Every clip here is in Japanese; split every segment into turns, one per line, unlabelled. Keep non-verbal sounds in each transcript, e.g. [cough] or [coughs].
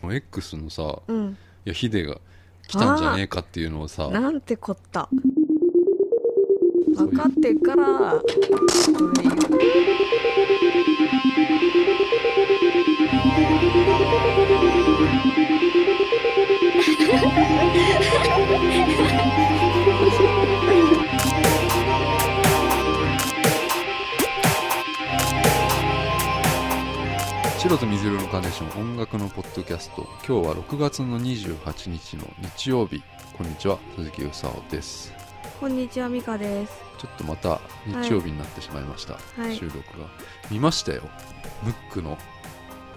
の X のさ
う、ん、
いやヒデが来たんじゃねえかっていうのをさ
なんてこった
そういう
分かってっからこれ言う
白と水色のカーネーション音楽のポッドキャスト今日は6月の28日の日曜日こんにちは鈴木うさおです
こんにちはミカです
ちょっとまた日曜日になってしまいました、
はい
収録が見ましたよムックの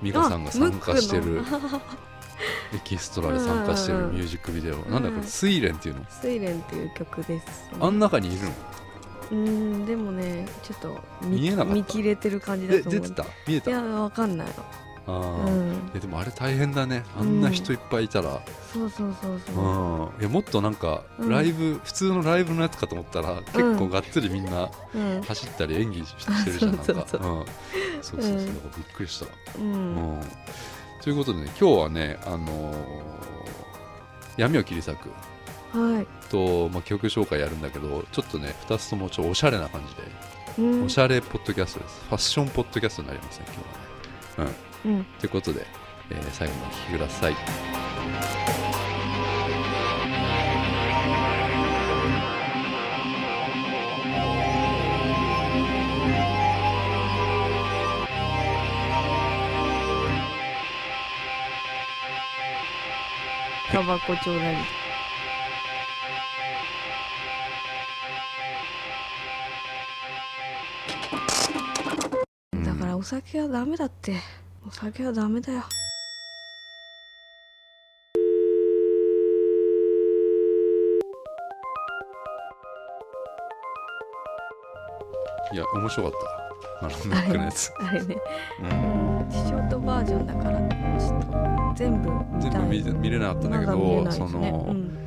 ミカさんが参加してる
あムックの
[laughs] エキストラで参加してるミュージックビデオ、なんだこれ「睡蓮」っていうの
睡蓮っていう曲です
あん中にいるの
うーんでもねちょっと見
見えなかった
見切れてる感じだ
で
と思
出
う
てた見え
いや
たあ
わかんない
あ
う
ー、い
ん
やでもあれ大変だねあんな人いっぱいいたら、
そうそうそう
う
そ
んいやもっとなんか
うん
ライブ、普通のライブのやつかと思ったら結構がっつりみんな
ううん
走ったり演技してるじゃんなんか
そうそ
う
うそ
んそうそうそう
うん
だからびっくりした、
うん
うんということでね今日はね、あのー闇を切り裂く
は」
と、まあ、曲紹介やるんだけどちょっとね2つともちょっとおしゃれな感じで、
いうん
おしゃれポッドキャストですファッションポッドキャストになりますね今日はね、
うん
うん、ということで、えー最後までお聴きください
タバコちょうだい
うん
だからお酒はダメだってお酒はダメだよ
いや面白かったあのムックのやつ、
あれね
うん
ショートバージョンだからちょっと全部見
全
た
部
い
見て見れなかったんだけ
ま見れ
ど、
ないで
そ
すね
の、
うん、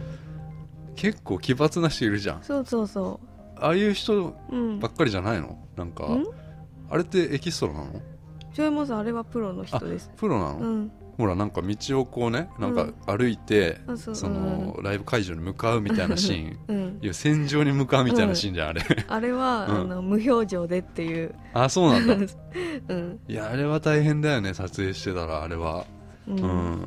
結構奇抜な人いるじゃん
そうそうそ
ああいう人
ううん
ばっかりじゃないのなんか
ん
あれってエキストラなの
ジョイモンさんあれはプロの人です
プロなの、
うん
ほらなんか道をこうねなんか
うん
歩いて、
あそう
そのライブ会場に向かうみたいなシーン
うん
いや戦場に向かうみたいなシーンじゃんあれ
あれは、
うん
あの無表情でっていう
あそうなんだ
うん
いやあれは大変だよね撮影してたらあれは
う
うんん、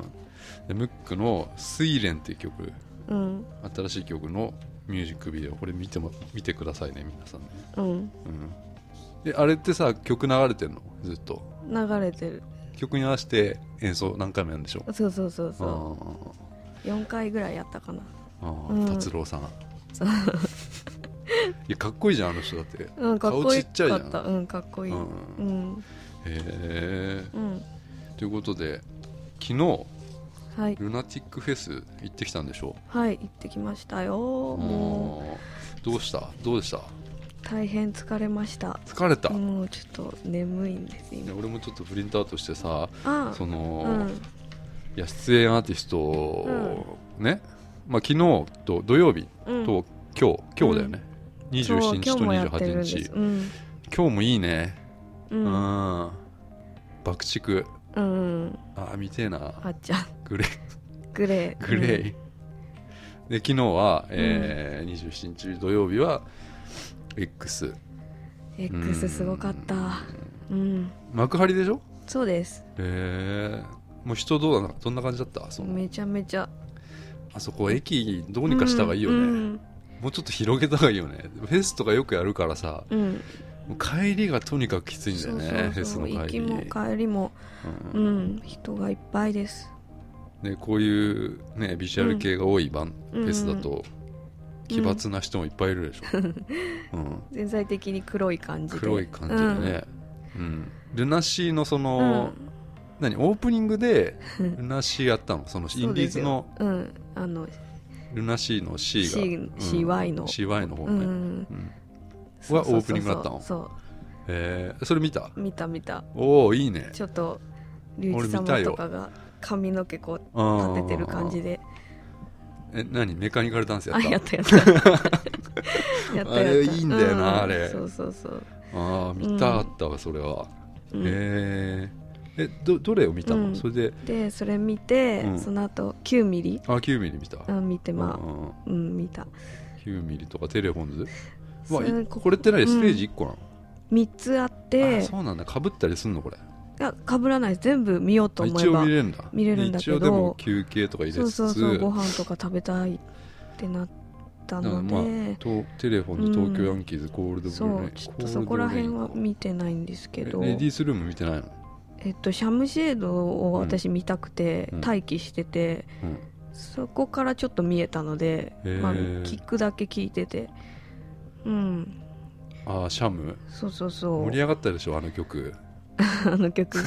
でムックの「睡蓮」っていう曲
うん
新しい曲のミュージックビデオこれ見ても見てくださいね皆さんね
うん
うんであれってさ曲流れてんのずっと
流れてる
曲に合わせて演奏何回もやるんでしょ
そうそうそう
あ
そ
ー
う4回ぐらいやったかな
あー、
うん
達郎さん [laughs] いやかっこいいじゃんあの人だってへ
うんかっこよ
顔ちっちゃいじ
か
ゃん
ったうんかっこいい
うん
うん
え
うん
ということで昨日
はい
ルナティックフェス行ってきたんでしょ
はい行ってきましたよも
もうどうしたどうでした
う大変疲れました
疲れた、い
もうちょっと眠いんです
や
今
俺もちょっとプリントアウトしてさ
あ
その、
うん
いや出演アーティストをね、まあ、昨日と土曜日
うん
と今日今日だよね、
そう
27日
今
と
日もやってる
28
んで
日
すうん
今日もいいね
う
うん
ん
爆竹
うん
あー見てえな
あっちゃん [laughs]
グレ
グレー
グレイ、で昨日は、えー27日土曜日は X
うん X すごかったうん
幕張でしょ
そうです
へえもう人どうだなどんな感じだったその
めちゃめちゃ
あそこ駅どうにかした方がいいよね、
うん
もうちょっと広げた方がいいよねフェスとかよくやるからさ
うんうん
もう帰りがとにかくきついんだ
そ
よ
う
ね
そう
フェス
そ
の
う
帰
行
り
きも帰りも
う
うんん人がいっぱいです
ね、こういう、ね、ビジュアル系が多いバン、
うん
フェスだと奇抜な人もいっぱいいるでしょ、うん
[laughs] 全体的に黒い感じで
黒い感じでね、うんルナシーのそ
うん
の、何オープニングで
うん
ルナシーやったのそのイ
[laughs] そ
ン
う
ディ
で
ー
す
ズ
よ
の
うんあの
ルナシーの C が、
C-
うん
CY の
CY の方
う
ね、
ん
うん
そうそうそうそう
オープニングだったの
そ
えーそれ見た
う見た見た
おおいいね
ちょっと隆一
俺見た
様
よ
とかが髪の毛こう
立
立ててる感じで
え何メカニカルダンスや
あ
った
やったやった
[laughs]
やったやった
あれいいんだよな
う
あれ
そうそうそう
ああ見たかったわそれは、
うん
ええどどれを見たの、
うん
それで
でそれ見て、
うん
その後9ミリ
あ9ミリ見た、
あ見てまあ
あ
うん、見た
9ミリとかテレフォンズ、ま
そ
あ、
れ
いこれって何ステージ1個なの、
3つあっ
あ
て
そうなんだかぶったりすんのこれ
かぶらないです全部見ようと思
一
え
応
ば
見れるんだ
見れるんだけど
一応でも休憩とか入れ
そう
つつ
そうそうご飯とか食べたいってなった
だから
ので、
まあとテレフォンズ東京ヤンキーズ、ゴールドブ
そ
ルーレ
う
イ
ちょっとそこら辺は見てないんですけど
レレディースルーム見てないの、
えっと、シャムシェードを私見たくて、
うん
待機してて、
うん
そこからちょっと見えたので、
へー
まあ、キックだけ聞いててうん
ああシャム
そうそうそ
盛
う
り上がったでしょあの曲
[laughs] あの
[laughs]
曲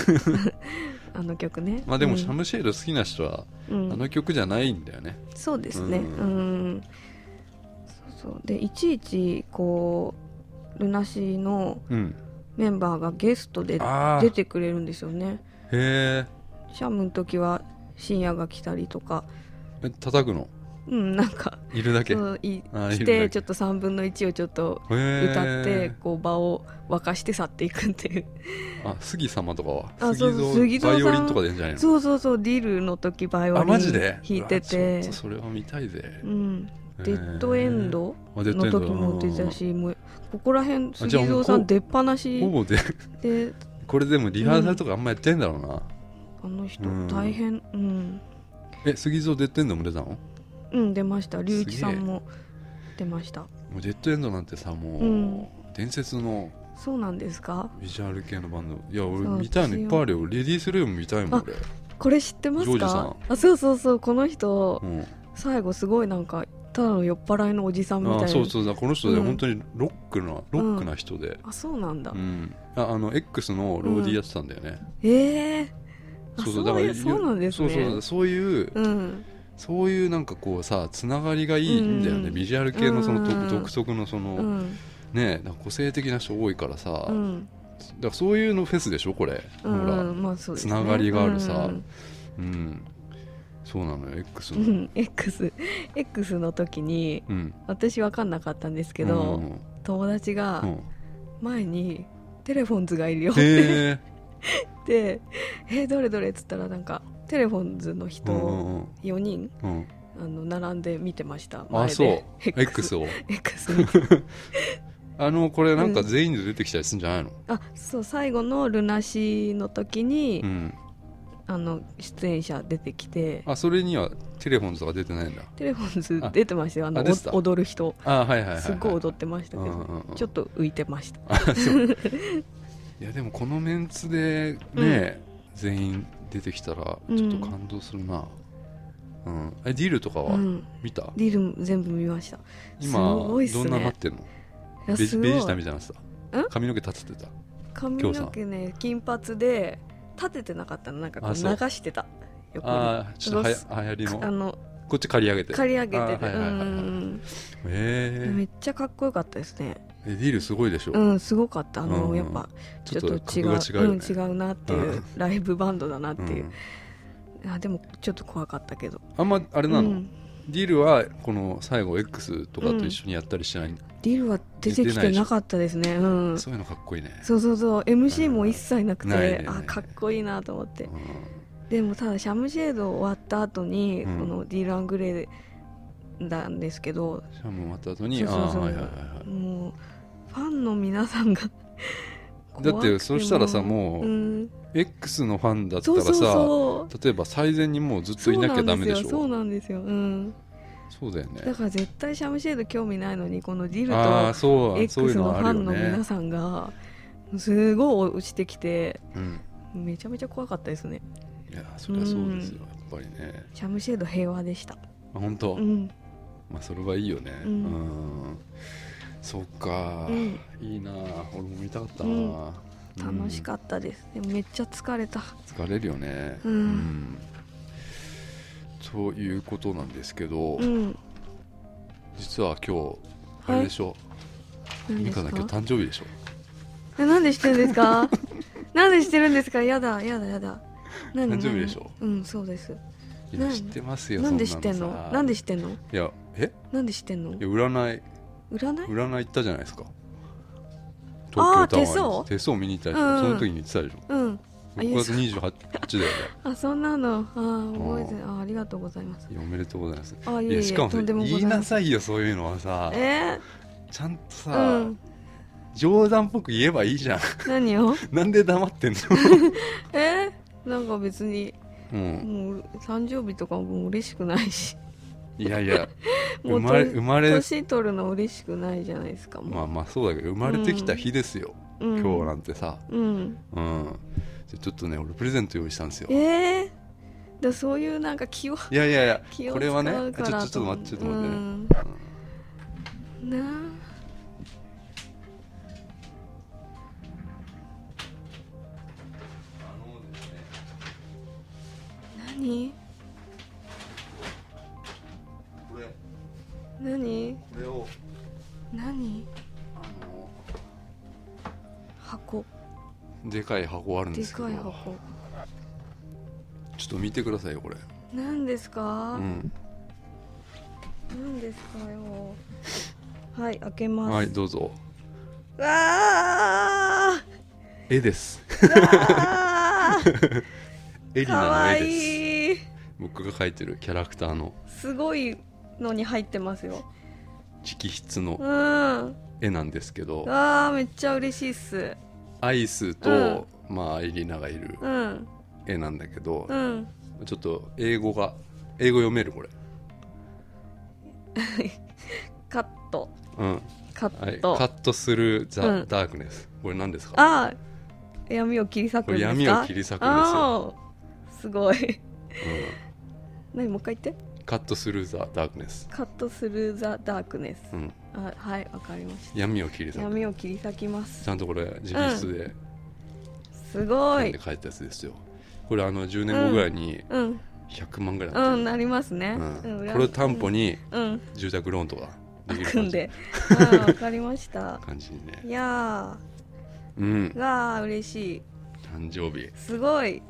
あの曲ね
まあでもシャ
ム、
ムシェード好きな人は
うん
あの曲じゃないんだよね、
そうですね
う
うんんそうそうでいちいちこうルナシーの
うん、
メンバーがゲストで
ああ
出
へ
てくれるんですよね
え
シャムの時は深夜が来たりとか
え叩くの
うんなんか
いるだけへ
そうい
あーいるだ
来
け
てちょっと3分の1をちょっと
え
歌ってこう場を沸かして去っていくっていう
あ杉様とかは
あそうそう
杉
杉
蔵
蔵
バ
さん
イオリンとかでんじゃないの
そうそうそうディルの時バイオ
あ
リン
マジで
弾
う
いて
わ
て
ちょっとそれは見たいぜ
うんデッドエンド
の
の時も出てたしもうここら辺
あ
杉
じゃあ
蔵さ
もうこうん
出っ放
ほ
し
ぼで
で
これでもリハーサルとかあんまやってんだろうな、
あの人
うん
大変うん
え杉蔵デッドエンドも出たのも
うん出ました龍一さ
すげえ
んも出ました
うデッドエンドなんてさもう、
うん
伝説の
そうなんですか
ビジュアル系のバンドいや俺
そう
見たいの
私
い
も
っぱいあるよレディースルーム見たいもん
あ
俺、
これ知ってま
ジョー
す
ジさん
かあそうそうそうこの人
うん、
最後すごいなんかただの酔っ払いのおじさんみたい
あ
な
そうそうだこの人で
うん
本当にロックな、ロックな人で、
あそうなんだ、
うん、ああの X のローディやってたんだよね、
ええあ
そ
そうう
そうだ
だ
か
かららそうなんですね
そうそうそういう、
うん
そういうなんかこうさつながりがいいんだよね、
うん
ビジュアル系のその、と
うん
独特のその、
うん
ねなんか個性的な人多いからさ、
う
だ
ん
からそういうのフェスでしょこれ、ほ
う
ら
んまあそうですね
つながりがあるさ
うん
うんそうなのよ X
う
の、
ん XX の時に
うん、
私分かんなかったんですけ
う
ど
ん
友達が [laughs]
うん
前に「テレフォンズがいるよ」っ
へ
て
え
言って「えどれどれ?」っつったらなんかテレフォンズの
う
人
ん
を
うん
4人
うんうん
あの並んで見てました
あ
前
そう
で
X を
X 見て
あのこれなんか全員で出てきたりするんじゃないの、
あそう最後の「ルナシー」の時に、
うん、
あの出演者出てきて
あそれにはテレフォンズとか出てないんだ
テレフォンズ
あ
出てましたよあの
あ出てた
お踊る人
あはいはいはい、はい、
すっごい踊ってましたけ
うん
ど
うんうん
ちょっと浮いてました
あそういやでもこのメンツでね、全員出てきたらちょっと感動するな、うんえディールとかは
うん
見た、
ディルも全部見ましたい
今
すごいっす
ど
ね
んななってんの
や
ベジ
すご
ベジ
い
ータみたいなさ
ん
髪の毛立ててた
髪の毛ね金髪で立ててなかったのなんかこう
あ
流
そう
してた横にあ
ああちょっとはや流行りの
の
こっち刈り上げて
刈り上げ
あ
て
ー
て
は
う
いはいはいはい
ん
え
めっちゃかっこよかったですね
えディールすごいでしょ、
うんすごかったあ
うんう
の
ん
やっぱちょっと
格が違う
違う
よ
うん
ね
違うなっていううんライブバンドだなっていううんあでもちょっと怖かったけど
あんまあれなの、
うん
ディールはこの最後 X とかと一緒にやったりしない、
ディルは出てきてなかったですねうん
そういうのかっこいいね
そうそうそう MC も一切なくて、
ないね
あかっこいいなと思って
う
でもただシャムシェード終わった後に、
うん
このディーラン・グレーなんですけど
んシャム終わった後に
そうそうそう
あーはいはいはいはい
もうファンの皆さんが
[laughs] だってそしたらさもう、
うん、
X のファンだった
そう
らさ
そうそう
例えば最善にもうずっと
そう
いなきゃダメでしょ
そう
そう
なんですよそうなんですよ、
だよ
うん、だ
ね
から絶対シャムシェード興味ないのにこのディル
ああー
と
そうそういう
X の
の
フ
あ
ァ
るよ
ンの皆
ね、
さんがすごい落ちてきて
うん、
めちゃめちゃ怖かったですね
いやそりゃそうですよやっぱりね
シャムシェード平和でした
あ本当、
うん
まあそれはいいよねう
うんん
そっか、
うん
いいな俺も見たかったな、
うん楽し
っ
かったです、でもめっちゃ疲れた
た、疲れるよね
うん
ということなんですけど、
うん
実は今日あ
は
れ
い
でしょ、
何
ミ
で
カさ
す
ん今
か
日誕生日でしょ
えなんでしてるんで
[laughs]
すかなんでしてるんですかやだやだやだ何
誕生日でしょ
何うんそうです
いや
なん
知ってますよ
なんで知
そ
ってんの
さ
なんで知ってんの
いやえ
なんで知ってんの
いや占い
占い
占い行ったじゃないですか
あー
東京タワーに
手相
手相見に行ったでしょ、
うん
その時に言ってたでしょ
うんあいい
6
で
月
す
28だよね
あそんなのあー覚えてあありがとうございます
いやおめでとうございます
あい
い
えいえ
やしかも
と
さ
んでもご
言
ざ
い
いま
な
せん
さいよそういうのはさ
え
ちゃんとさ、
ー、うん
冗談っぽく言えばいいじゃん [laughs]
何を [laughs]
なんで黙ってんの
えー、なんか別に
うん
もう誕生日とかもう嬉しくないし
いやいや
も
生
う
まれ
と
生まれ
年取るの嬉しくないじゃないですかもう、
まあまあそうだけど生まれてきた日ですよ、
うん、
今日なんてさ
うん
うんじゃちょっとね俺プレゼント用意したんですよ
ええー、だそういうなんか気を [laughs]
いやいやいや
気を
これ
使
は
う
ね
か
ちょ
ら
ちょっと待ってちょっと待ってね、
うんなあ何
うんこれ
何
これを
何
あの
箱
でかい箱あるん
で
ですけど
かい箱
ちょっと見てくださいよこれ
何です
う
か、
ん
何ですかよはい開けます、
はいどうぞ
わあ
絵です [laughs]
わあ
エリ
か
ナ
わ
の絵です
いい
僕が描いてるキャラクターの
すごいのに入ってますよ
直筆
う
の
んわ
絵なんですけど、
あめっちゃ嬉しいっす
アイスと、まあエリナがいる
うん
絵なんだけど、
うん
ちょっと英語が英語読めるこれ
カット
うんは
カ
い
ット、
カットする
う
ザ・
ん
ダークネスこれ何ですか
ああ闇を切り裂くんですか
これ闇を切り裂くんですよ
ああすごい [laughs]
う
何もう一回言って
んカットするザ・ダークネス
カットするザ・ダークネス、
うん
あはいわかりまし
闇を切り裂
た
く
闇を切り裂きます
ちゃんとこれ自筆で、
すご
ペン
い
で書いたやつですよこれあの10年後ぐらいに
うん
100万ぐらいにな
う
って
ん
る
なりますね、
うん
うん
これを担保に
うん
住宅ローンとかできる
組
感
ん
じ
でああわかりました
感じにね
いや
うん
ーわあ嬉しい
誕生日
すごい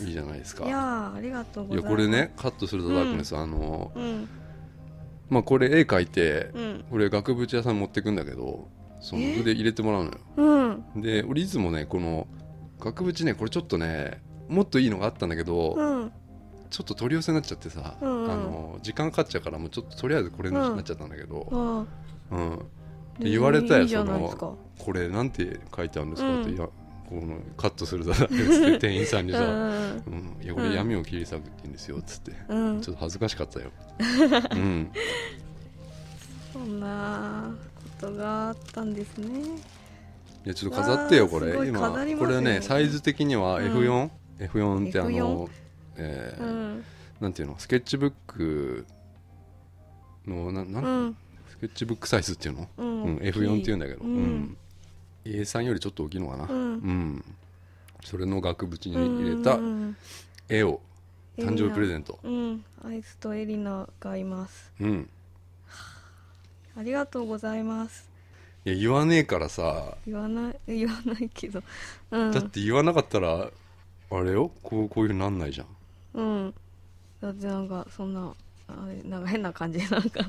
いいじゃないですか
いやーありがとう
い
ご
や
ざいます
これねカットするとダークネス、あの
うん
まあこれ絵描いて、
うん
これ額縁屋さん持ってくんだけどその
え
筆入れてもらうのよ
うん
で俺いつもねこの額縁ねこれちょっとねもっといいのがあったんだけど、
うん
ちょっと取り寄せになっちゃってさ、
うんうん
あの時間かかっちゃうからもうちょっととりあえずこれに
うん
なっちゃったんだけど、
あ
うん
ー
言われたよ
いいじゃないですか
これなんて書いてあるんですか、
うん
っていやこのカットするだけです
[laughs]
って店員さん
う
に
ん
さ「
うん
うん、いやこれ闇を切り裂くって言うんですよ」っつって、
うん
ちょっと恥ずかしかった
[laughs]
よ、うん、
そんなことがあったんですね
いやちょっと飾ってよこ
わあすご
れ
い
今
飾ります
こ
よ
れねサイズ的には
うん
F4F4、F4 ってあ
F4
の、えー
うん
なんていうのスケッチブックのなな、
うんん
スケッチブックサイズっていうの、
うん
うん、F4 っていうんだけど、
う
うんん A3 よりちょっと大きいのかな、
う
うんんそれの額縁に入れた
うん
絵を誕生日プレゼント、
うんアイスとエリナがいます
うん、
ありがとうございます
いや言わねえからさ、
言わない [laughs] 言わないけどうん
だって言わなかったらあれよこうこういうふうになんないじゃん
うんだってなんかそんなあれなんか変な感じなんか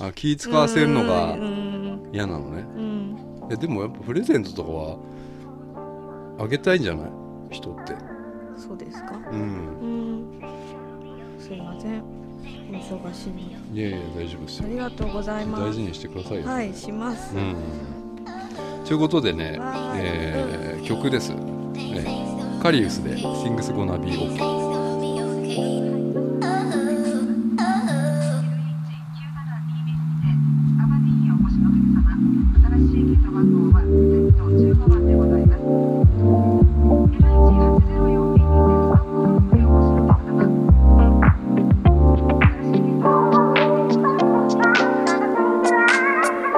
あ気使わせるのが
うん
嫌なのね
うん
いやでもやっぱプレゼントとかはあげたいんじゃない人って
そうですか
うん
うんすいませんお忙しいの
いやいや大丈夫です
あ
よ
りがとうございま
大
す
事にしてくださいよ、
はいします、
うんということでね
わ、ー
えー曲です、えーカリウスで「Things Gonna Be OK」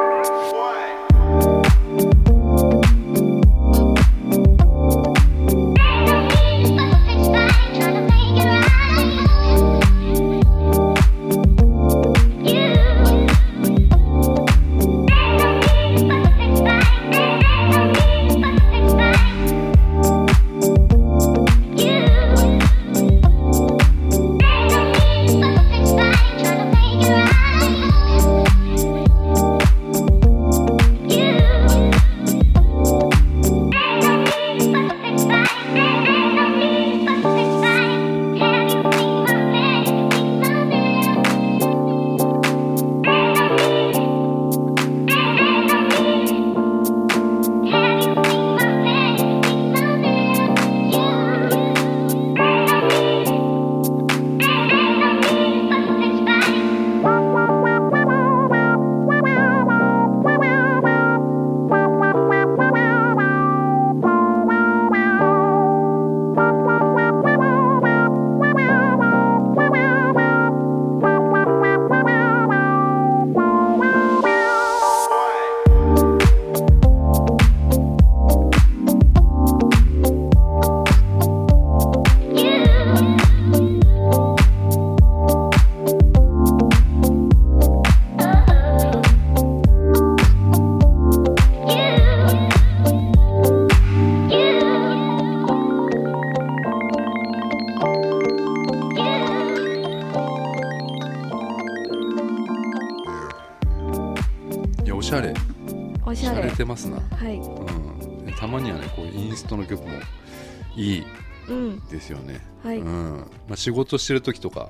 Thank you.
しゃれ
おし
し
ゃ
ゃれ
れ
てますな、
はい
うん、でたまにはねこういうインストの曲もいい
うん
ですよね、
はい、
うんまあ、仕事してる時とか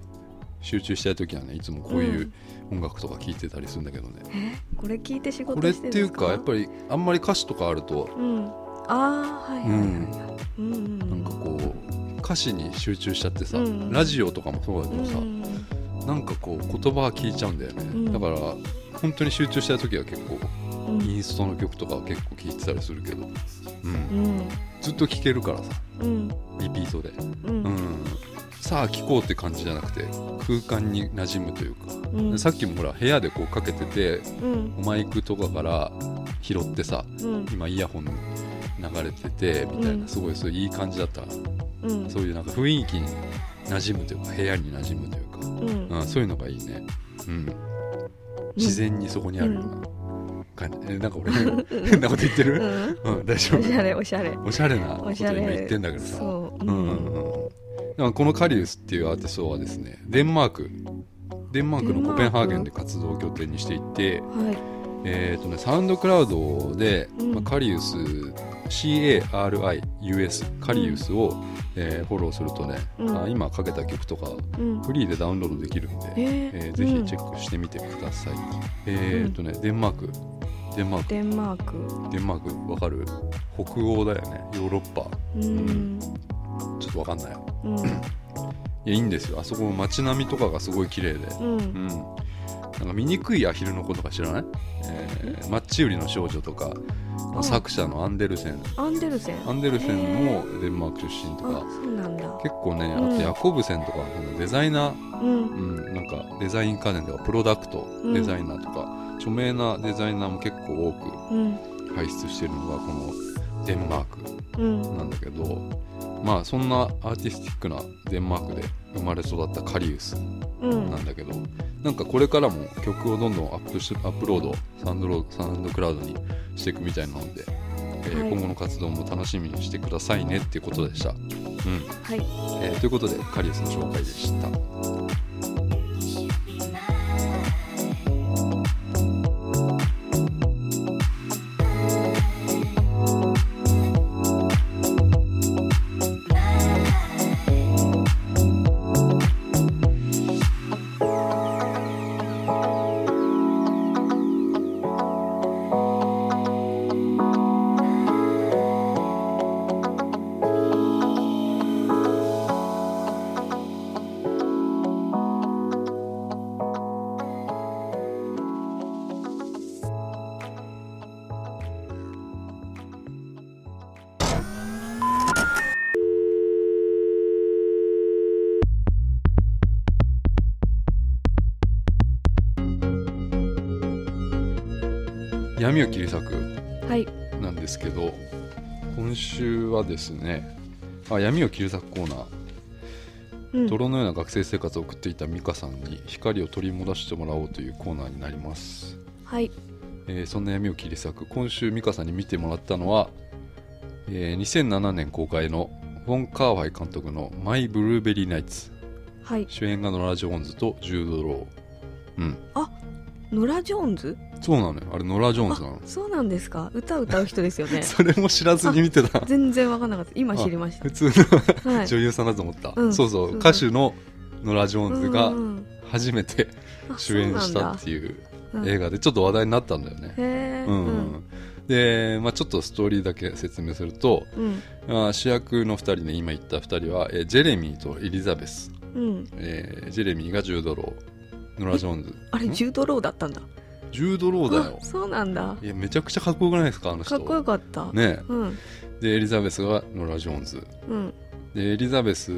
集中したい時はねいつもこういう音楽とか聴いてたりするんだけどね、
えこれ聞いて仕事
これっ
して
ていうかやっぱ
り
りあんまり歌詞とかあると
うんああーはいはいはいはいうんうん
なんかこう歌詞に集中しちゃってさ、
うん
ラジオとかもそうだけ
うん
どさ、なんかこう言葉は聞いちゃうんだよね、
ん
だから本当に集中したい時は結構
うん
インストの曲とかは結構聴いてたりするけど、うん、
うん
ずっと聴けるからさ
うん
リピートで、
う
うんん、さあ聴こうって感じじゃなくて空間に馴染むというか、
うん
さっきもほら部屋でこうかけてて
うん
マイクとかから拾ってさ
うん
今イヤホン流れててみたいな、
うん
すごいそういういい感じだった
うん
そういうなんか雰囲気に馴染むというか部屋に馴染むというか、
う
う
ん
ん、そういうのがいいね、うん、自然にそこにあるような感じ、えなんか俺変なこと言って
う
る、
ん
うん、大丈
おしゃ
夫
れおしゃれ
[laughs] おしゃれなこ
お
と
しゃ
今
れ
言ってんだけどさ
そう
うんうんうんだからこのカリウスっていうアーティストはですねデンマークデンマークのコペンハーゲンで活動を拠点にしていて、
はい
えーとね、サウンドクラウドで、
うん
まあ、カリウス CARIUS カリウスを、えーフォローするとね、
うん
あ今かけた曲とか
うん
フリーでダウンロードできるんで、
えー
えーぜひチェックしてみてください、えーとねデンマークデンマーク
デンマーク
デンマークわかる北欧だよねヨーロッパ
うん
ちょっとわかんない
うん
いやいいんですよあそこも街並みとかがすごい綺麗で
う
うんんなんか醜いアヒルの子とか知らない、えーマッチ売りの少女とか
あ
作者のアンデルセン
アンデルセン
アンデルセンもデンマーク出身と
あ
か
そうなんだ
結構ねあ
う
と
ん
ヤコブセンとかそのデザイナー、
うん
うん、なんかデザイン家電とかプロダクト
うん
デザイナーとか、著名なデザイナーも結構多く
うん
輩出してるのがこのデンマーク
うん
なんだけどまあそんなアーティスティックなデンマークで生まれ育ったカリウス
うん
なんだけど、なんかこれからも曲をどんどんアップしアップロードサウンドロードサウンドクラウドにしていくみたいなので、えー
はい
今後の活動も楽しみにしてくださいねっていうことでした。うん
はい
えーということでカリウスの紹介でした。闇を切り裂く
はい
なんですけど今週はですねあ闇を切り裂くコーナー、
うん
泥のような学生生活を送っていた美香さんに光を取り戻してもらおうというコーナーになります。
はい
えーそんな闇を切り裂く今週美香さんに見てもらったのは、えー2007年公開のフォン・カーワイ監督の「マイ・ブルーベリー・ナイツ
はい」
主演がノラ・ジョーンズとジュード・ローうん
ノラ・ジョーンズ
そうなのよあれノラ・ジョーンズなの
そうなんですか歌歌う人ですよね
[laughs] それも知らずに見てた
全然わかんなかった今知りまし
普通の
たはい
女優さんだと思った、
うん
そうそう
そう
歌手のノラ・ジョーンズが
うんうん
初めて
あ
主演したっていう
そうなんだ
映画でちょっと話題になったんだよね、
うんへー
うんで、まあ、ちょっとストーリーだけ説明すると、
うん
まあ、主役の2人ね今言った2人は、えージェレミーとエリザベス、
うん
えージェレミーがジュードローノラ・ジョーンズ
あれ
ん
ジュード・ローだったんだ
ジュードローだよ
あそうなんだ
いやめちゃくちゃかっこよくないですかあの人
かっこよかった
ね
うん
えでエリザベスがノラ・ジョーンズ
うん
でエリザベス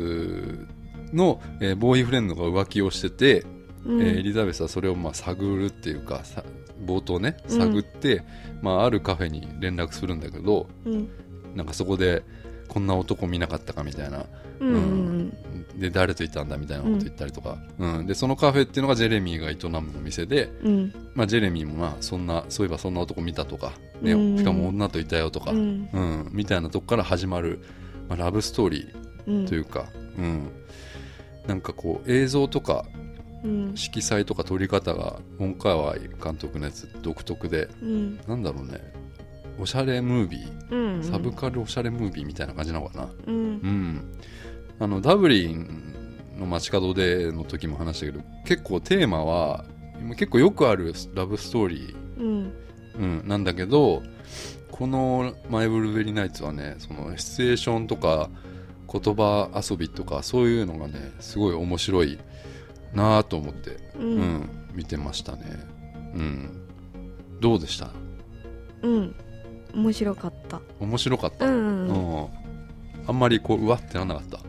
の、えーボーイフレンドが浮気をしてて、
うん
えーエリザベスはそれをまあ探るっていうかさ冒頭ね
うん
探って、まあ、あるカフェに連絡するんだけど
うん
なんかそこでこんな男見なかったかみたいな
うんうん
で誰と行ったんだみたいなこと言ったりとか、うんでそのカフェっていうのがジェレミーが営む店で、
うん
まあ、ジェレミーもまあそんなそういえばそんな男見たとか、ね
うん
しかも女といたよとか、
う
うん
ん
みたいなとこから始まる、まあ、ラブストーリ
うん
ーというか、うんなんかこう映像とか
うん
色彩とか撮り方が本川監督のやつ独特で
うん
なんだろうねおしゃれムービー
うん
サブカルおしゃれムービーみたいな感じなのかな
うん
うん、あのダブリンの街角での時も話したけど結構テーマは今結構よくあるラブストーリ
うん
ー、うん、なんだけどこの「マイ・ブルーベリー・ナイツ」はねそのシチュエーションとか言葉遊びとかそういうのがねすごい面白いなぁと思って、
う
うん
ん
見てましたね、うん、どうでした
うん面白かった
面白かっ
う
た、
んうん
うんあんまりこううわってならなかった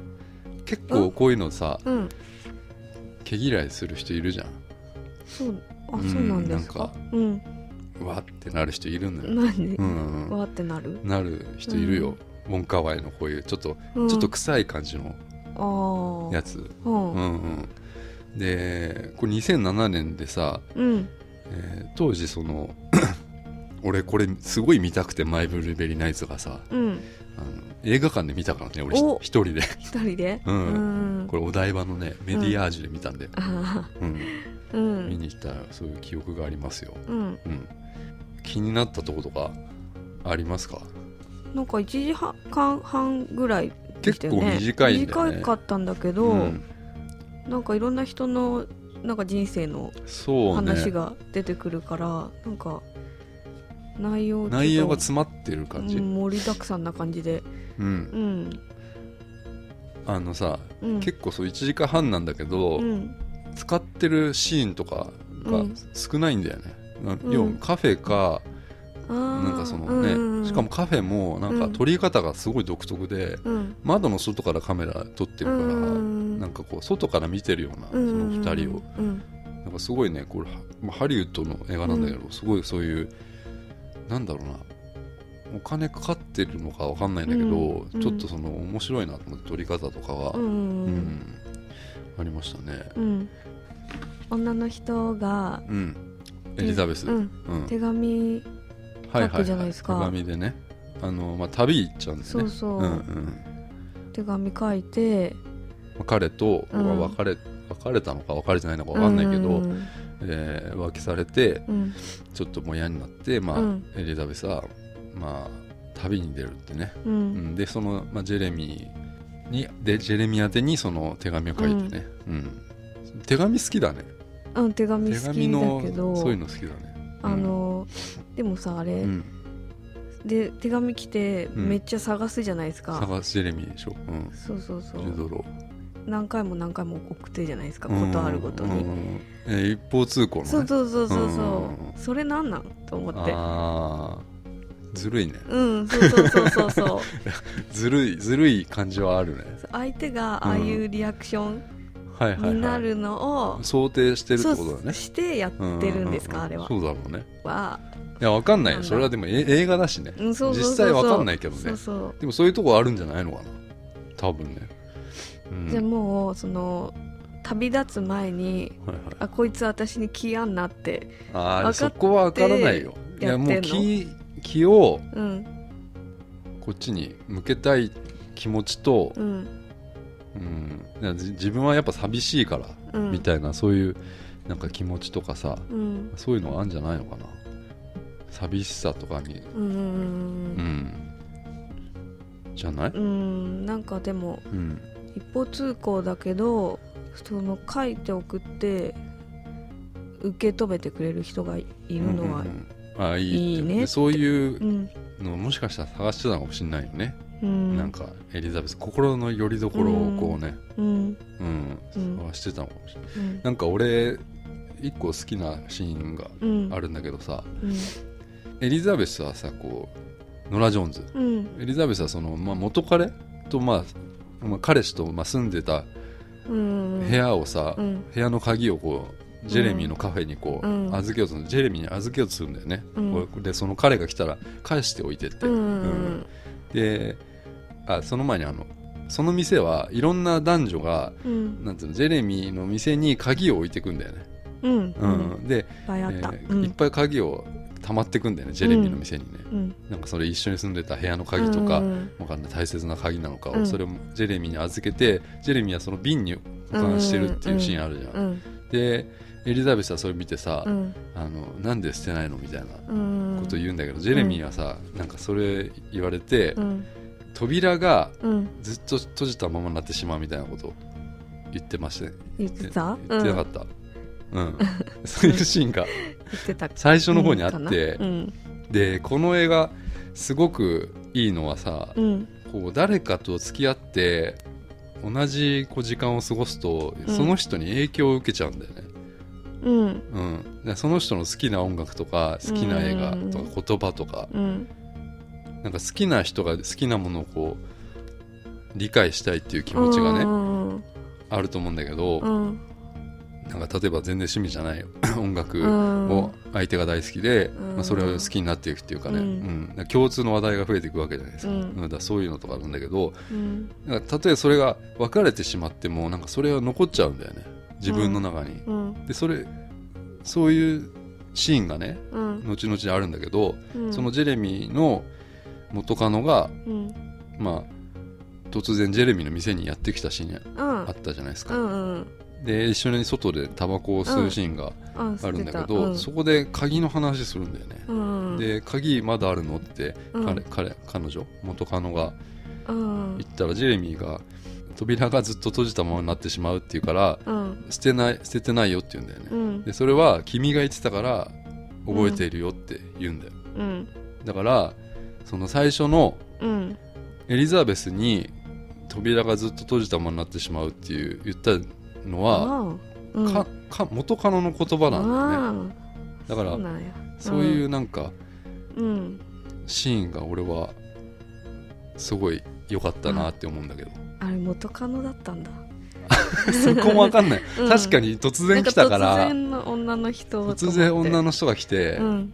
結構こういうのさ、
うん
毛嫌いする人いるじゃん
そうあ
うん
そうなんです
なん
か
か
うん
うわってなる人いるんだよ、
なんで
うん
わーってなる
なる人いるよ、ウォンカワイのこういうちょっと、
うん
ちょっと臭い感じの
ああ
やつ、うん
うん
うんでこれ2007年でさ、
うん
えー当時その [clears throat] 俺これすごい見たくて「マイ・ブルーベリー・ナイツ」がさ
うん
あの映画館で見たからね俺
お
一人で [laughs]
一人で
う
うんん
これお台場のねメディアージュで見たんだよ、
あ
うん
[laughs] ーう
見
ん
に行ったそういう記憶がありますよ、
うん
うん、気になったとことかありますか
なんか1時半間半ぐらいで
結
したよ
構
ね
短いんだよね
短かったんだけど、
うん
なんかいろんな人のなんか人生の
そう
話
ね
が出てくるから、なんか内容ちょっと
内容が詰まってる感じ、う
うんん盛りだくさんな感じでうん、
あのさ、
うん、
結構そう1時間半なんだけど、
うん
使ってるシーンとかが
うん
少ないんだよね、な
うん
要はカフェか、
あー
なんかそのね、
うんうん
しかもカフェもなんか
うん
撮り方がすごい独特で、
うん
窓の外からカメラ撮ってるから、
うん
なんかこう外から見てるような、その2人を
うん
なんかすごいねこれはまあハリウッドの映画なんだけど、すごいそういうなんだろうなお金かかってるのかわかんないんだけど、
うん
ちょっとその面白いなと思って撮り方とかは、
うんう
うん
んうん
ありましたね。
うん女の人が
うん、エリザベス、
うん、
うん
手紙
はい
書くじゃないですか
手紙でねあの、まあ、旅行っちゃうんでね
そうそう、
うんうんま
手紙書いて
あ彼と、
うん
別れ別れたのか別れてないのかわかんないけど、
うん
えー浮気されて
うん
ちょっともう嫌になって、まあ
うん
エリザベスは、まあ、旅に出るってね、
う
うんん、でその、まあ、ジェレミーにでジェレミー宛てにその手紙を書いてね、うん手紙好きだね
うん、手紙
手
好
紙
きだ
の
けど
そういうの好きだね
あのでもさあれ、
うん、
で手紙来て
ん
めっちゃ探すじゃないですか、
探すジェレミーでしょ、うん、
そうそうそ
ジュド
う
ロ
何回も何回も送ってるじゃないですかことあるごとに、
うんえー一方通行の、ね、
そうそうそうそうそう
うん
それなんなんと思って
あーずるいね
うんそうそうそうそうそう
ずるいずるい感じはあるね
相手がああいうリアクション
はいはい、はい、
になるのを、
想定してるって
そ
こ
う
とだね
してやってるんですか、
ううう
あれは
そうだろうね
はい
やわかんない
な
よ
んだ
それはでもえ映画だしね
うんそうそうそうそ
実
う
際わかんないけどね
そうそう
でもそういうとこあるんじゃないのかな多分ね、うん、
じゃあもうその旅立つ前に
はいはい、
あこいつ私に気あんなって
あ
分か
ー
って
そこはわからないよい
や
や
ってんの
もう気気を
うん
こっちに向けたい気持ちと、
うん
うん、だからじ自分はやっぱ寂しいから、
うん
みたいなそういうなんか気持ちとかさ
うん
そういうのがあるんじゃないのかな寂しさとかに
うんう
う
んうん
んじゃない、
うんうんなんかでも
うん、
一方通行だけどその書いて送って受け止めてくれる人がいるのは
うんうんうんあいいって
いいね
でそういううんのをもしかしたら探してたのかもしれないよね、
うん
なんかエリザベス心の拠り所をこうね、
うん
うん
うん
探してたのかもしれない
うん
なんか俺一個好きなシーンが
うん
あるんだけどさ、
うん
エリザベスはさこうノラ・ジョーンズ
うん
エリザベスはその、まあ、元彼と、まあ、まあ彼氏と、まあ、住んでた
음.うん
部屋をさ、
うん
部屋の鍵をこうジェレミーのカフェにこう、
うん
預けようとするジェレミーに預けようとするんだよね、
うん
こうでその彼が来たら返しておいてって、
うん 음.
うんであその前にあのその店はいろんな男女が
うん
なんていうのジェレミーの店に鍵を置いてくんだよね、
うん
う
うんんいっ
で、
ぱい
え
あった
ー
う
いっ
ん
ぱい鍵を溜まってくんだよねジェレミーの店にね、
うん
なんかそれ一緒に住んでた部屋の
음.
鍵とか、
うん
わかんない大切な鍵なのかを、
うん
それをジェレミーに預けてジェレミーはその瓶に保管してるっていうシーンあるじゃん、
うん
でエリザベスはそれ見てさ「
うん
あのなんで捨てないの?」みたいな
うん
こと言うんだけど、ジェレミーはさなんかそれ言われて、
うん
扉が
うん
ずっと閉じたままになってしまうみたいなことを言ってましたね
言ってた
言ってなか
うん
った、うん [laughs] そういうシーンが
言ってた
最初の方にあ
음.
って、
うん
でこの映画すごくいいのはさ、
うん
こう誰かと付き合って同じこう時間を過ごすと、
うん
その人に影響を受けちゃうんだよね、
うん
うん、だからその人の好きな音楽とか好きな映画と
うん
か言葉とか、
うん
なんか好きな人が好きなものをこう理解したいっていう気持ちがね、
うん
あると思うんだけど、
うん
なんか例えば全然趣味じゃない [coughs] 音楽
うん
を相手が大好きで、
うん
まあ、それを好きになっていくっていうかね、
う
うんんだから共通の話題が増えていくわけじゃないですか,、
うん
だからそういうのとかなんだけど
うん
なんか例えばそれが別れてしまってもなんかそれは残っちゃうんだよね自分の中に。
うん
でそれそういうシーンがね
うん
後々あるんだけど、
うん
そのジェレミーの元カノが、
うん
まあ、突然ジェレミーの店にやってきたシーン
うん
あったじゃないです
う
か。
んうん
で一緒に外でタバコを吸うシーンが
あ
あるんだけど、そ
知って
こで鍵の話するんだよね
た、うんうん
で鍵まだあるのって
うん
彼,、彼彼女元カノが
어.うん
言ったらジェレミーが扉がずっと閉じたままになってしまうっていうから
うん
捨てない捨ててないよって言うんだよね、
うん
でそれは君が言ってたから覚えているよって言うんだよ、
うん
だからその最初の
うん
エリザベスに扉がずっと閉じたままになってしまうっていう言ったのは、
あうん
かか元カノの言葉なんだよね
あ
だか
ー
ら
そうなんや
そういうなんか、
うん
シーンが俺はすごい良かったなって思うんだけど、
あれ元カノだったんだ
そこも分かんない、 [laughs]
うん
確かに突然来たから
なんか突然の女の人
突然女
の
の人が来て、
う
うん
ん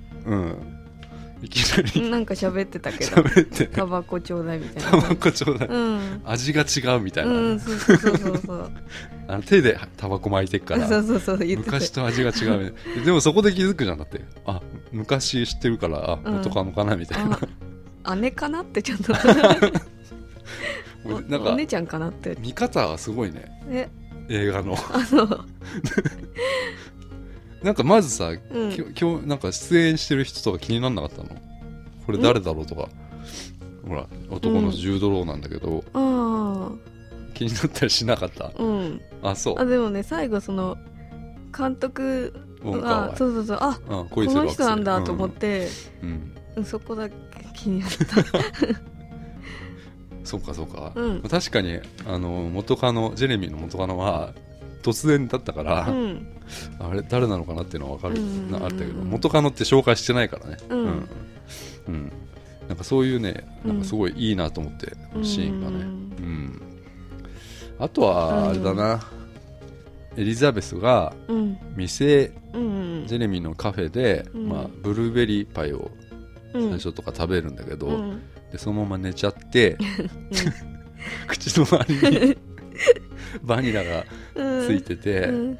いきなり
なんか喋ってたけど
喋って
タバコちょうだいみたい
タ
な
バコちょうだい、
うん
味が違うみたいな、
うんそうそうそうそうそう
あの手でタバコ巻いてっから
そうそうそう言ってた
昔と味が違うみ [laughs] たいなでもそこで気づくじゃんだってあ昔知ってるからあ
うん
元カノかなみたいな、
あ姉かなってちょっとお
[laughs] なん
お
か
姉ちゃんかなって
見方がすごいね
え
映画の
あの
なんかまずさ
うん
きょ今日なんか出演してる人とか気になんなかったのこれ誰だろうとか、ほら男の柔道ローなんだけど、
あ
気になったりしなかった
あうん
あそう
あでもね最後その監督
ウォンカ
が
ー
そうそうそうあ
はこ
この人なんだと思って、
うん、うん
うんそこだけ気になっ
そうかそうか、
うん
確かにあの元カノジェレミーの元カノは突然だったから、
た、うん、
あれ誰なのかなっていうのは分かる、
うん
なあったけど元カノって紹介してないからね
うん
うんなんかそういうねなんかすごいいいなと思って、
うん
シーンがねうんあとはあれだな、エリザベスが
うん
店
うんうん
ジェレミーのカフェで、
うん
まあ、ブルーベリーパイを
うん
最初とか食べるんだけど、
うん
でそのまま寝ちゃって、 [laughs] 口の周り
[laughs]
にバニラが
うん
ついてて、
うん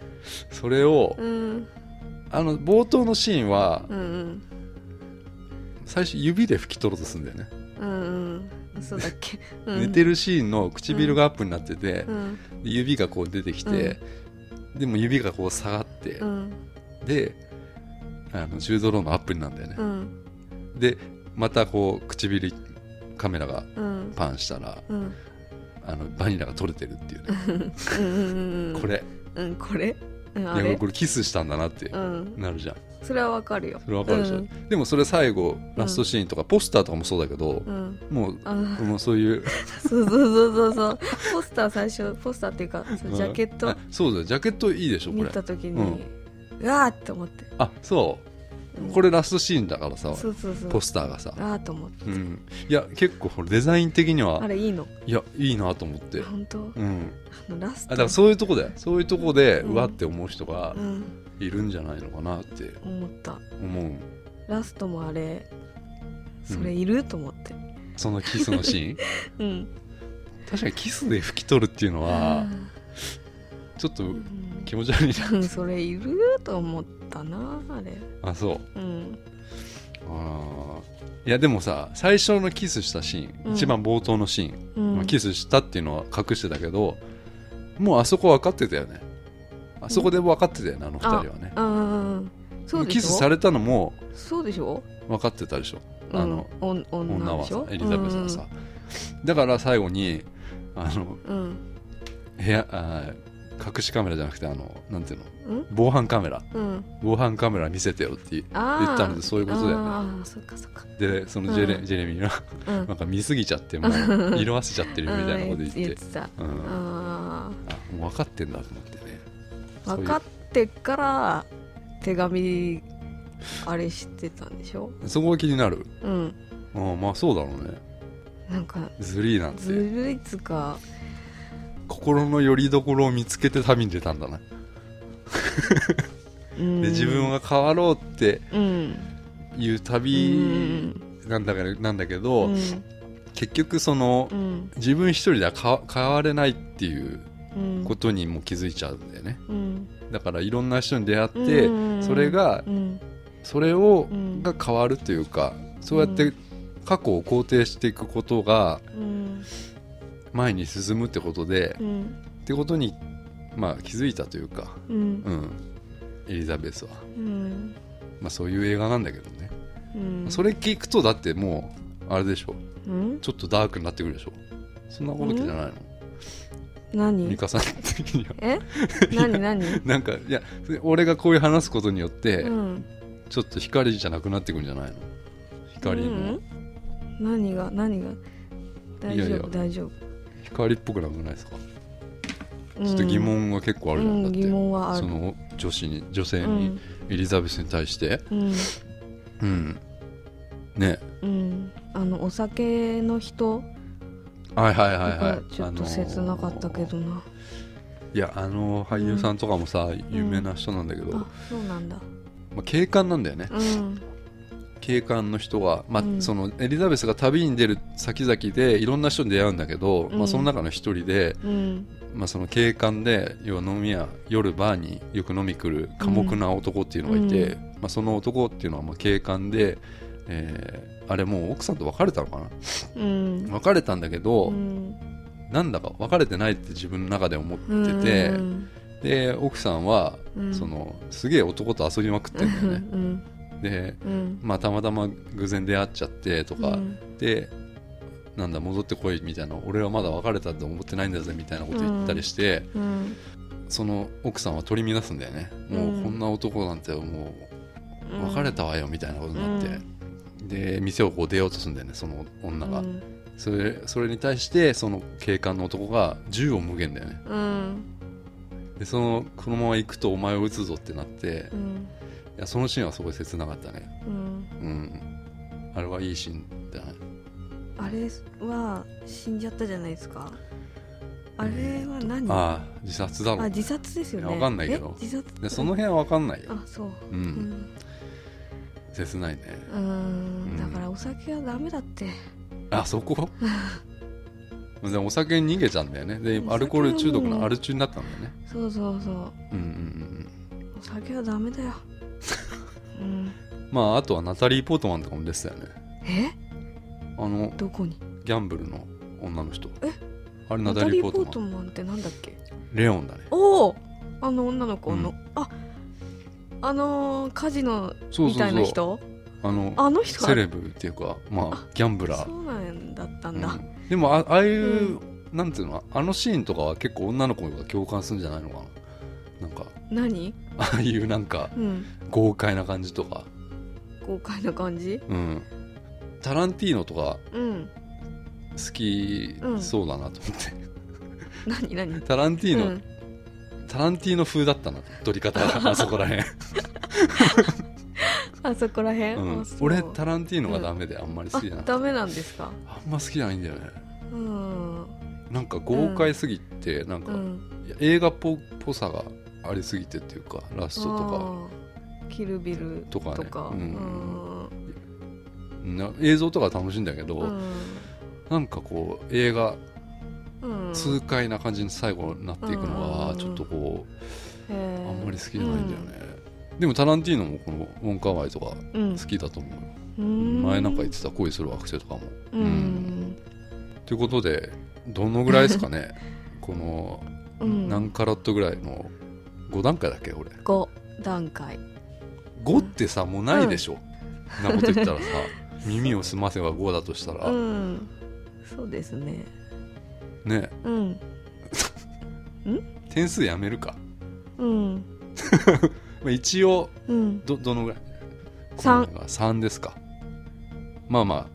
それを
うん
あの冒頭のシーンは
うんうん
最初指で拭き取ろうとするんだよね、
うんうんそうだっけ、うん、
寝て
る
るシーンの唇がアップになってて、
うん
指がこう出てきて、でも指がこう下がって、
うん
であのジュードローのアップになるんだよね
う、ん
でまたこう唇カメラが
うん
パンしたら
うんうん
あのバニラが取れてるっていうね、
うんうん
これ
うんこれうんあ
いや
れ
これキスしたんだなって
うん
なるじゃん
それはわかるよ
それわかるじゃん、
うん
でもそれ最後ラストシーンとか、ポスターとかもそうだけど
う、ん
もう
あ
もうそういう
そうそうそうそうそうポスター最初ポスターっていうかそ [laughs] のジャケッ
うん
ト
あそうだよジャケットいいでしょこ
見
れ
た時
う
にうわーって思って
あそう、これラストシーンだからさ
そうそうそう
ポスターがさ、
あーと思って
うん、いや結構これデザイン的に
あ
は
れいいの
いやいいなと思って、
本当
うん、
あのラ
あ
スト
だからそういうとこだよそういうとこで、
う
うんわって思う人が
うん
いるんじゃないのかなって
思った
思う
ラストもあれ
うん
それいると思って
そのキスの
[laughs]
シーン
うん
確かにキスで拭き取るっていうのはちょっと
うん
気持ち悪いな
うん [laughs] それいると思ったなあれ
あそう
うん
あーいやでもさ最初のキスしたシーン、
うん
一番冒頭のシーン、
うん
まあキスしたっていうのは隠してたけどもうあそこ分かってたよねあそこで分かってたよねあの二人はね
ああそうでし
キ
ょ
スされたのも
そうでしょ
分かってたでしょ
うん
あの
おん
女
女
は
でしょ
さエリザベスはさ、だから最後にあの
うん
部屋あー隠しカメラじゃなくてあのなんていうの
うん
防犯カメラ
うん、うん、
防犯カメラ見せてよって
ああ
言ったのでそういうことだよね
ああそっかそっか
でそのジェレ,、
うん
ジェレミーが
うん
なんか見すぎちゃっても
[laughs]
う色あせちゃってるみたいなこと言っ
うん言っててた
うん、あ
あ
もう分かってんだと思ってね
あ分かってから手紙あれしてたんでしょ
そこが気になる
うん
ああまあそうだろうね
なんか
ずりーなん
ず
て
るいつか
心の拠り所を見つけて旅に出たんだなで
で
自分が変わろうって
うん
いう
う
旅
ん
なんだかなんだけ
う
ど、
ん
結局その
うん
自分一人ではか変われないっていう
うん
ことにも気づいちゃうんだよね
うん
だからいろんな人に出会って
うん
それが
うん
それを
うん
が変わるというかそうやって過去を肯定していくことが
うん
前に進むってことで
うん
ってことにまあ気づいたというか
うん
うんエリザベスは
うん
まあそういう映画なんだけどね
うん
それ聞くとだってもうあれでしょ
うん
ちょっとダークになってくるでしょそんなことじゃないの美
何
香さん的には [laughs]
え何何
なんかいやそれ俺がこういう話すことによって、
うん
ちょっと光じゃなくなってくんじゃないの光の、
うん何が何が大
いや
丈
いや
夫大丈夫
光っぽくなくないですか、
うん
ちょっと疑問が結構あるじゃん、
うん
だって
疑問はあ
そ
る
の女子に女性
う
に、
ん
エリザベスに対して
うん
うんね
うんあのお酒の人
はいはいはいは
が
い
ちょっと切なかったけど
あの
な
ーいやあのー俳優さんとかもさ、有名な人なんだけど、
あそうなんだ
まあ、警官なんだよね
うん
警官の人が、まあ
うん
そのエリザベスが旅に出る先々でいろんな人に出会うんだけど、
うん
まあ、その中の一人で、
うん
まあ、その警官で要は飲み屋夜バーによく飲み来る寡黙な男っていうのがいて、
う
まあ、その男っていうのはまあ警官で、えーあれもう奥さんと別れたのかな
うん
別れたんだけど、
うん
なんだか別れてないって自分の中で思って
うん
て、
うん
で奥さんは、
うん
そのすげえ男と遊びまくってんだよね。
[laughs] うん
で
うん
まあ、たまたま偶然出会っちゃってとか、
うん
でなんだ戻ってこいみたいな俺はまだ別れたと思ってないんだぜみたいなこと言ったりして、
うん
その奥さんは取り乱すんだよねもううんこんな男なんてもう別れたわよみたいなことになって、で店をこう出ようとするんだよねその女が、
うん
それそれに対してその警官の男が銃を向けんだよね
うん
でそのこのまま行くとお前を撃つぞってなって、
う
い
ん
やそのシーンはすごい切なかったね
うん
うんあれはいいシーンだね
あれは死んじゃったじゃないですかあれは何
ああ自殺だろ
あ
う
自殺ですよ
い
ね。
やわかんないけど
え自殺。
でその辺は分かんないよ、
あそう。
う、
うんん。
切ないね
うーん。だからお酒はダメだって。
あそこでもお酒に逃げちゃうんだよねでアルコール中毒のアル中になったんだよね
そうそうそ
うん
う。
うんうん
お酒はダメ [laughs] だよ。うん。
うんまああとはナタリー・ポートマンとかも出てたよね
え？
あの
どこに？
ギャンブルの女の人
え
あれナ
ナ
タ
タ
リ
リ
ー・
ー・
ポ
ポ
ー
ー
ト
ト
マン
マンってなんだっけ？
レオンだね
おお。あの女の子の、
う
あ。あのー、カジノ
そう
み
そ
た
う
いな人
そうあの
あの人
セレブっていうかまあギャンブラー
そうなんだったん
う
だ、
んでもあああいう、
う
なんていうのあのシーンとかは結構女の子が共感するんじゃないのかななんか
何
ああいうなんか
うん
豪快な感じとか
豪快な感じ
うんタランティーノとか
うん
好き
うん
そうだなと思って、 [laughs]
何何
タランティーノ、
うん
タランティーノ風だったな撮り方
[laughs]
があそこらへん、
あそこらへん、
うん
あそう
俺タランティーノがダメであんまり好
あ
きじゃなくて
ダメなんですか
あんま好きじゃないんだよね
うん
なんか豪快すぎて、なんか、
うん
いや映画っぽぽさがありすぎてっていうかラストとか
あーキルビル
と
と
か
か
ねう
うんん
な映像とか楽しいんだけど、
うん
なんかこう映画
うん
痛快な感じに最後になっていくの
う
が
ん
ちょっとこ
へ
うあ
ー
んまり好きじゃないんだよね、でもタランティーノもこの「ウォンカーワイ」とか
うん
好きだと思うよ、
うん
前なんか言ってた「恋する惑星」とかも。
うん
ということ
[laughs]
でどのぐらいですかねこの
うん
何カラットぐらいの5段階だっけ俺
5段階
5ってさもうないでしょ、ん、なこと言
[laughs]
ったらさ耳を澄ませば5だとしたら、
うんそうですね
ね
うん
点数やめるか、
うん
まあ、一応
うん
どどのぐらい
三
3ですかまあまあ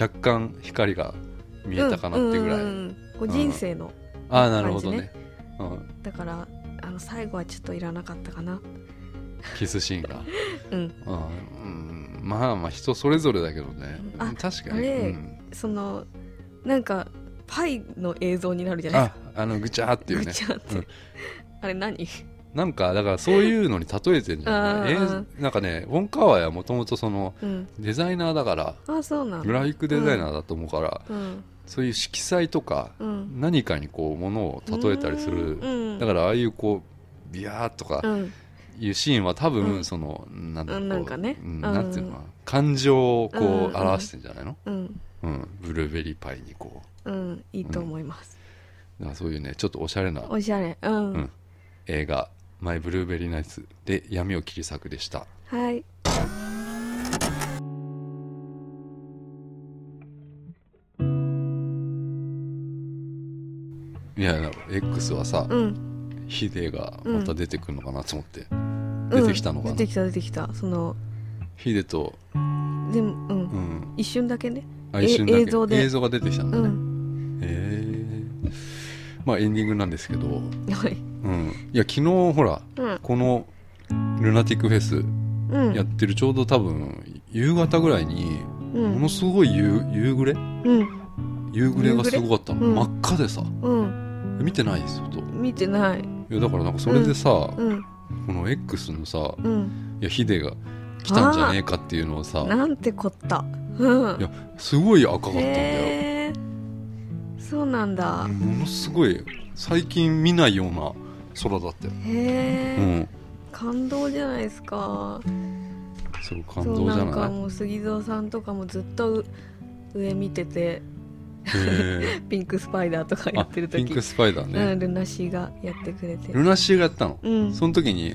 若干光が見えたかなってぐらい、
うんうんうんこう人生の、
ああなるほどね
感
うん、
だからあの最後はちょっといらなかったかな
キスシーンが、
うん
うんうん、まあまあ人それぞれだけどね
あ
確か
あ
に、
れ
うん
そのなんかパイの映像になるじゃない
ああのぐちゃーっていう
ぐ
ね
ちゃって
うん
あれ何
なんかだからそういうのに例えてんじゃない、
あ
え
ー
なんかねウォンカワイはもともとその
うん
デザイナーだから
あそうなの
グラフィックデザイナーだと思うから、
うん
そういう色彩とか
うん
何かにこうものを例えたりする、
うん
だからああいうこうビヤーと
う
か
ん
いうシーンは多
う
分
ん
その、なんだろう
うんなんかね
うん
うん
なんていうのかな感情をこう
うん
表してんじゃないの、
うん
うんブルーベリーパイにこう
うんいいと思います
だからそういうねちょっとおしゃれな
おしゃれうん、
うん映画「マイ・ブルーベリー・ナイツ」で闇を切り裂くでした
はい
いや X はさ、
うん
ヒデがまた出てくるのかなと思って、出てきたのかな
うん出てきた出てきたその
ヒデと、
でもうん、
うん、
一瞬だけね
あ
え
一瞬だけ
映像で
が出てきたん
う
だね、
ん
へえまあエンディングなんですけど、うん、
はい
いや昨日ほら
うん
このルナティックフェス
うん
やってるちょうど多分夕方ぐらいに
う
も
ん
のすごい夕夕暮れ
うん
夕暮れがすごかったの、
夕暮れう
真っ赤でさ
うん
見てないですよとい
見てない
やだからなんかそれでさ、
うん
この X のさ
うん
いやヒデが来たんじゃねえかっていうのをさ
なんてこったうん
いやすごい赤かったんだよ
へえそうなんだ
ものすごい最近見ないような空だったよ、う
へえ、
ん、
感動じゃないですか
すごい感
そう
動じ
な
ゃ
んか
ない
もう杉蔵さんとかもずっとう上見てて
へ
[laughs] ピンクスパイダーとか
え
や
あ
ってる
ピン
時、
クスパイダー
う
ね
ん、ルナシーがやってくれて
ルナシーがやったの
うん
その時に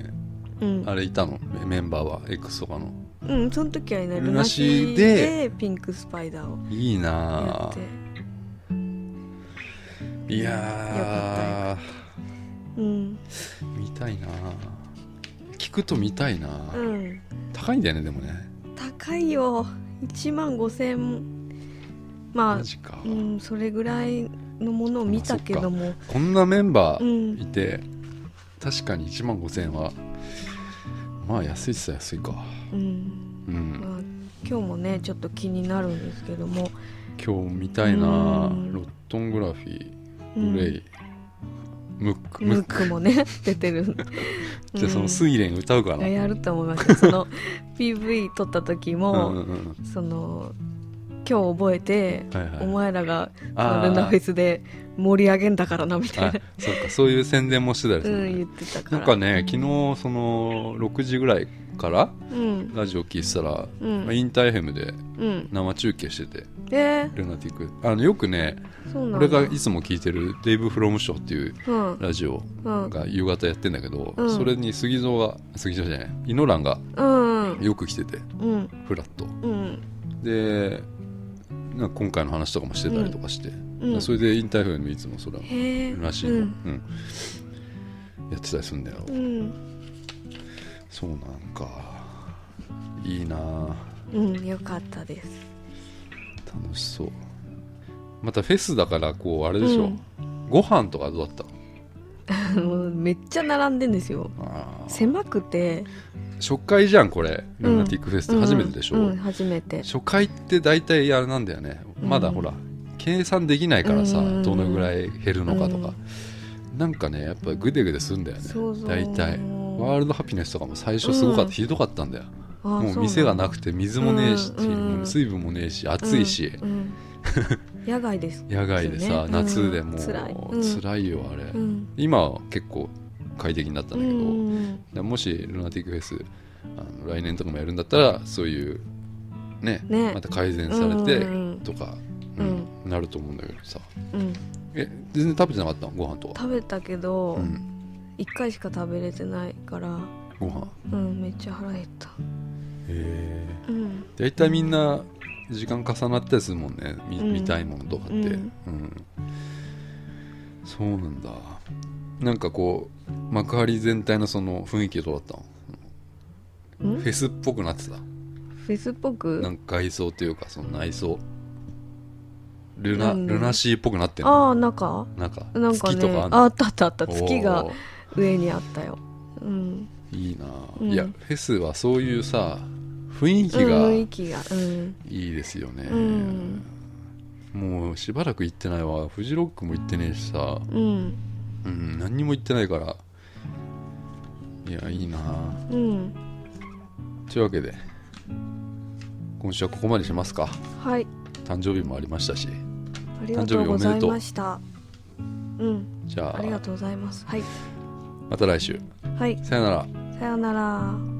うん
あれいたのメメンバーは X とかの
うんその時はいない
ル
ル
ナ
ナ
シ
シ
ー
ー
で
でピンクスパイダーを
いい
や
な
って
ぁいや
うん
ー見たいなぁ聞くと見たいなぁ、
うん
高いんだよねでもね
高いよ1万5000円ま
マ
あ
ジか、
うんそれぐらいのものを見たけども
こんなメンバ
う
ー
ん
いて、確かに1万5000円はまあ安いっす安いか
うん
うん
まあ今日もねちょっと気になるんですけども、
今日見たいなぁ
うん
ロットングラフィ
う
ー
ん
グレイ、ムック
ム
ムッ
ッ
ク
クもね [laughs] 出てる
[laughs] じゃあその「
イ
睡蓮」歌うかな、うん、
やると思いますよその PV 撮った時も、
うんうん
その今日覚えて、
はいはい
お前らがそ
あ
の
ー
ルナフェスで盛り上げんだからなみたい
あ
な、
そうかそういう宣伝もしてたりす
う
るの
ん、
ね
言ってたか
なん
ら
かね昨日その6時ぐらいから
うん
ラジオ聞いてたら、
うん
まあインターフェムで
うん
生中継してて
え
ルナティックあのよくね
ー、そうなん
俺
だ
がいつも聞いてる「デイブ・フロム・ショー」っていう
うん
ラジオ
うん
が夕方やってんだけど、
うん
それに杉蔵が杉蔵じゃないイノランが
うん
よく来てて
うん
フラット
うん
でなんか今回の話とかもしてたりとかして、
うん
それでインターフェムいつもそれ
へえ
らしいの、
う
うん
ん
やってたりするんだよ、
うん、
そうなんかいいなあ
うん、よかったです
楽しそうまたフェスだからこうあれでしょ、
うん
ご飯とかどうだった
もうめっちゃ並んでんですよ
あー
狭くて
初回じゃんこれ
う
ル
ん
ナティックフェスって初めてでしょ、
うんうん、初めて
初回って大体あれなんだよね
うん
まだほら、計算できないからさ、
うん
どのぐらい減るのかとか、なんかねやっぱグデグデするんだよね
そうそう
大体ワールドハピネスとかも最初すごかった、
うん
ひどかったんだよ
あ
もう
そう
店が
んだ
なくて水もねえし、
うんうん
水分もねえし暑いし、
うんうん野外です
野外でさ、
そうね
夏でも
うん
う
辛いうん
辛いよあれ、
うん
今は結構快適になったんだけど、
うん
でもしルナティックフェスあの来年とかもやるんだったらそういうね
ね
また改善されて
うん
とか、うんなると思うんだけどさ
うん
え全然食べてなかったのご飯とか
食べたけど、
うん
1回しか食べれてないから
ご飯
うんめっちゃ腹減った
へえ
うん
大体みんな時間重なったりするもんねみ
うん
見たいものとかって、う
うんん
そうなんだなんかこう幕張全体のその雰囲気はどうだったの
ん
フェスっぽくなってた
フェスっぽく
なんか外装というかその内装ルナ、
うん
ルナシーっぽくなってんの
ああ中
なんか
なんか
月とか
ね
あんの
ああったあったあった月が
おー
上にあったようん
いいなあ、
うん
いやフェスはそういうさ雰囲気が
うん雰囲
い
気がうん
いですよね、
うん
もうしばらく行ってないわフジロックも行ってねえしさ、
うん
うん、何にも行ってないからいやいいなあ
うん
というわけで今週はここまでしますか
はい
誕生日もありましたし
ありがとうございましたうん
じゃ
ありがとうございますはい
また来週
はい
さよなら
さようなら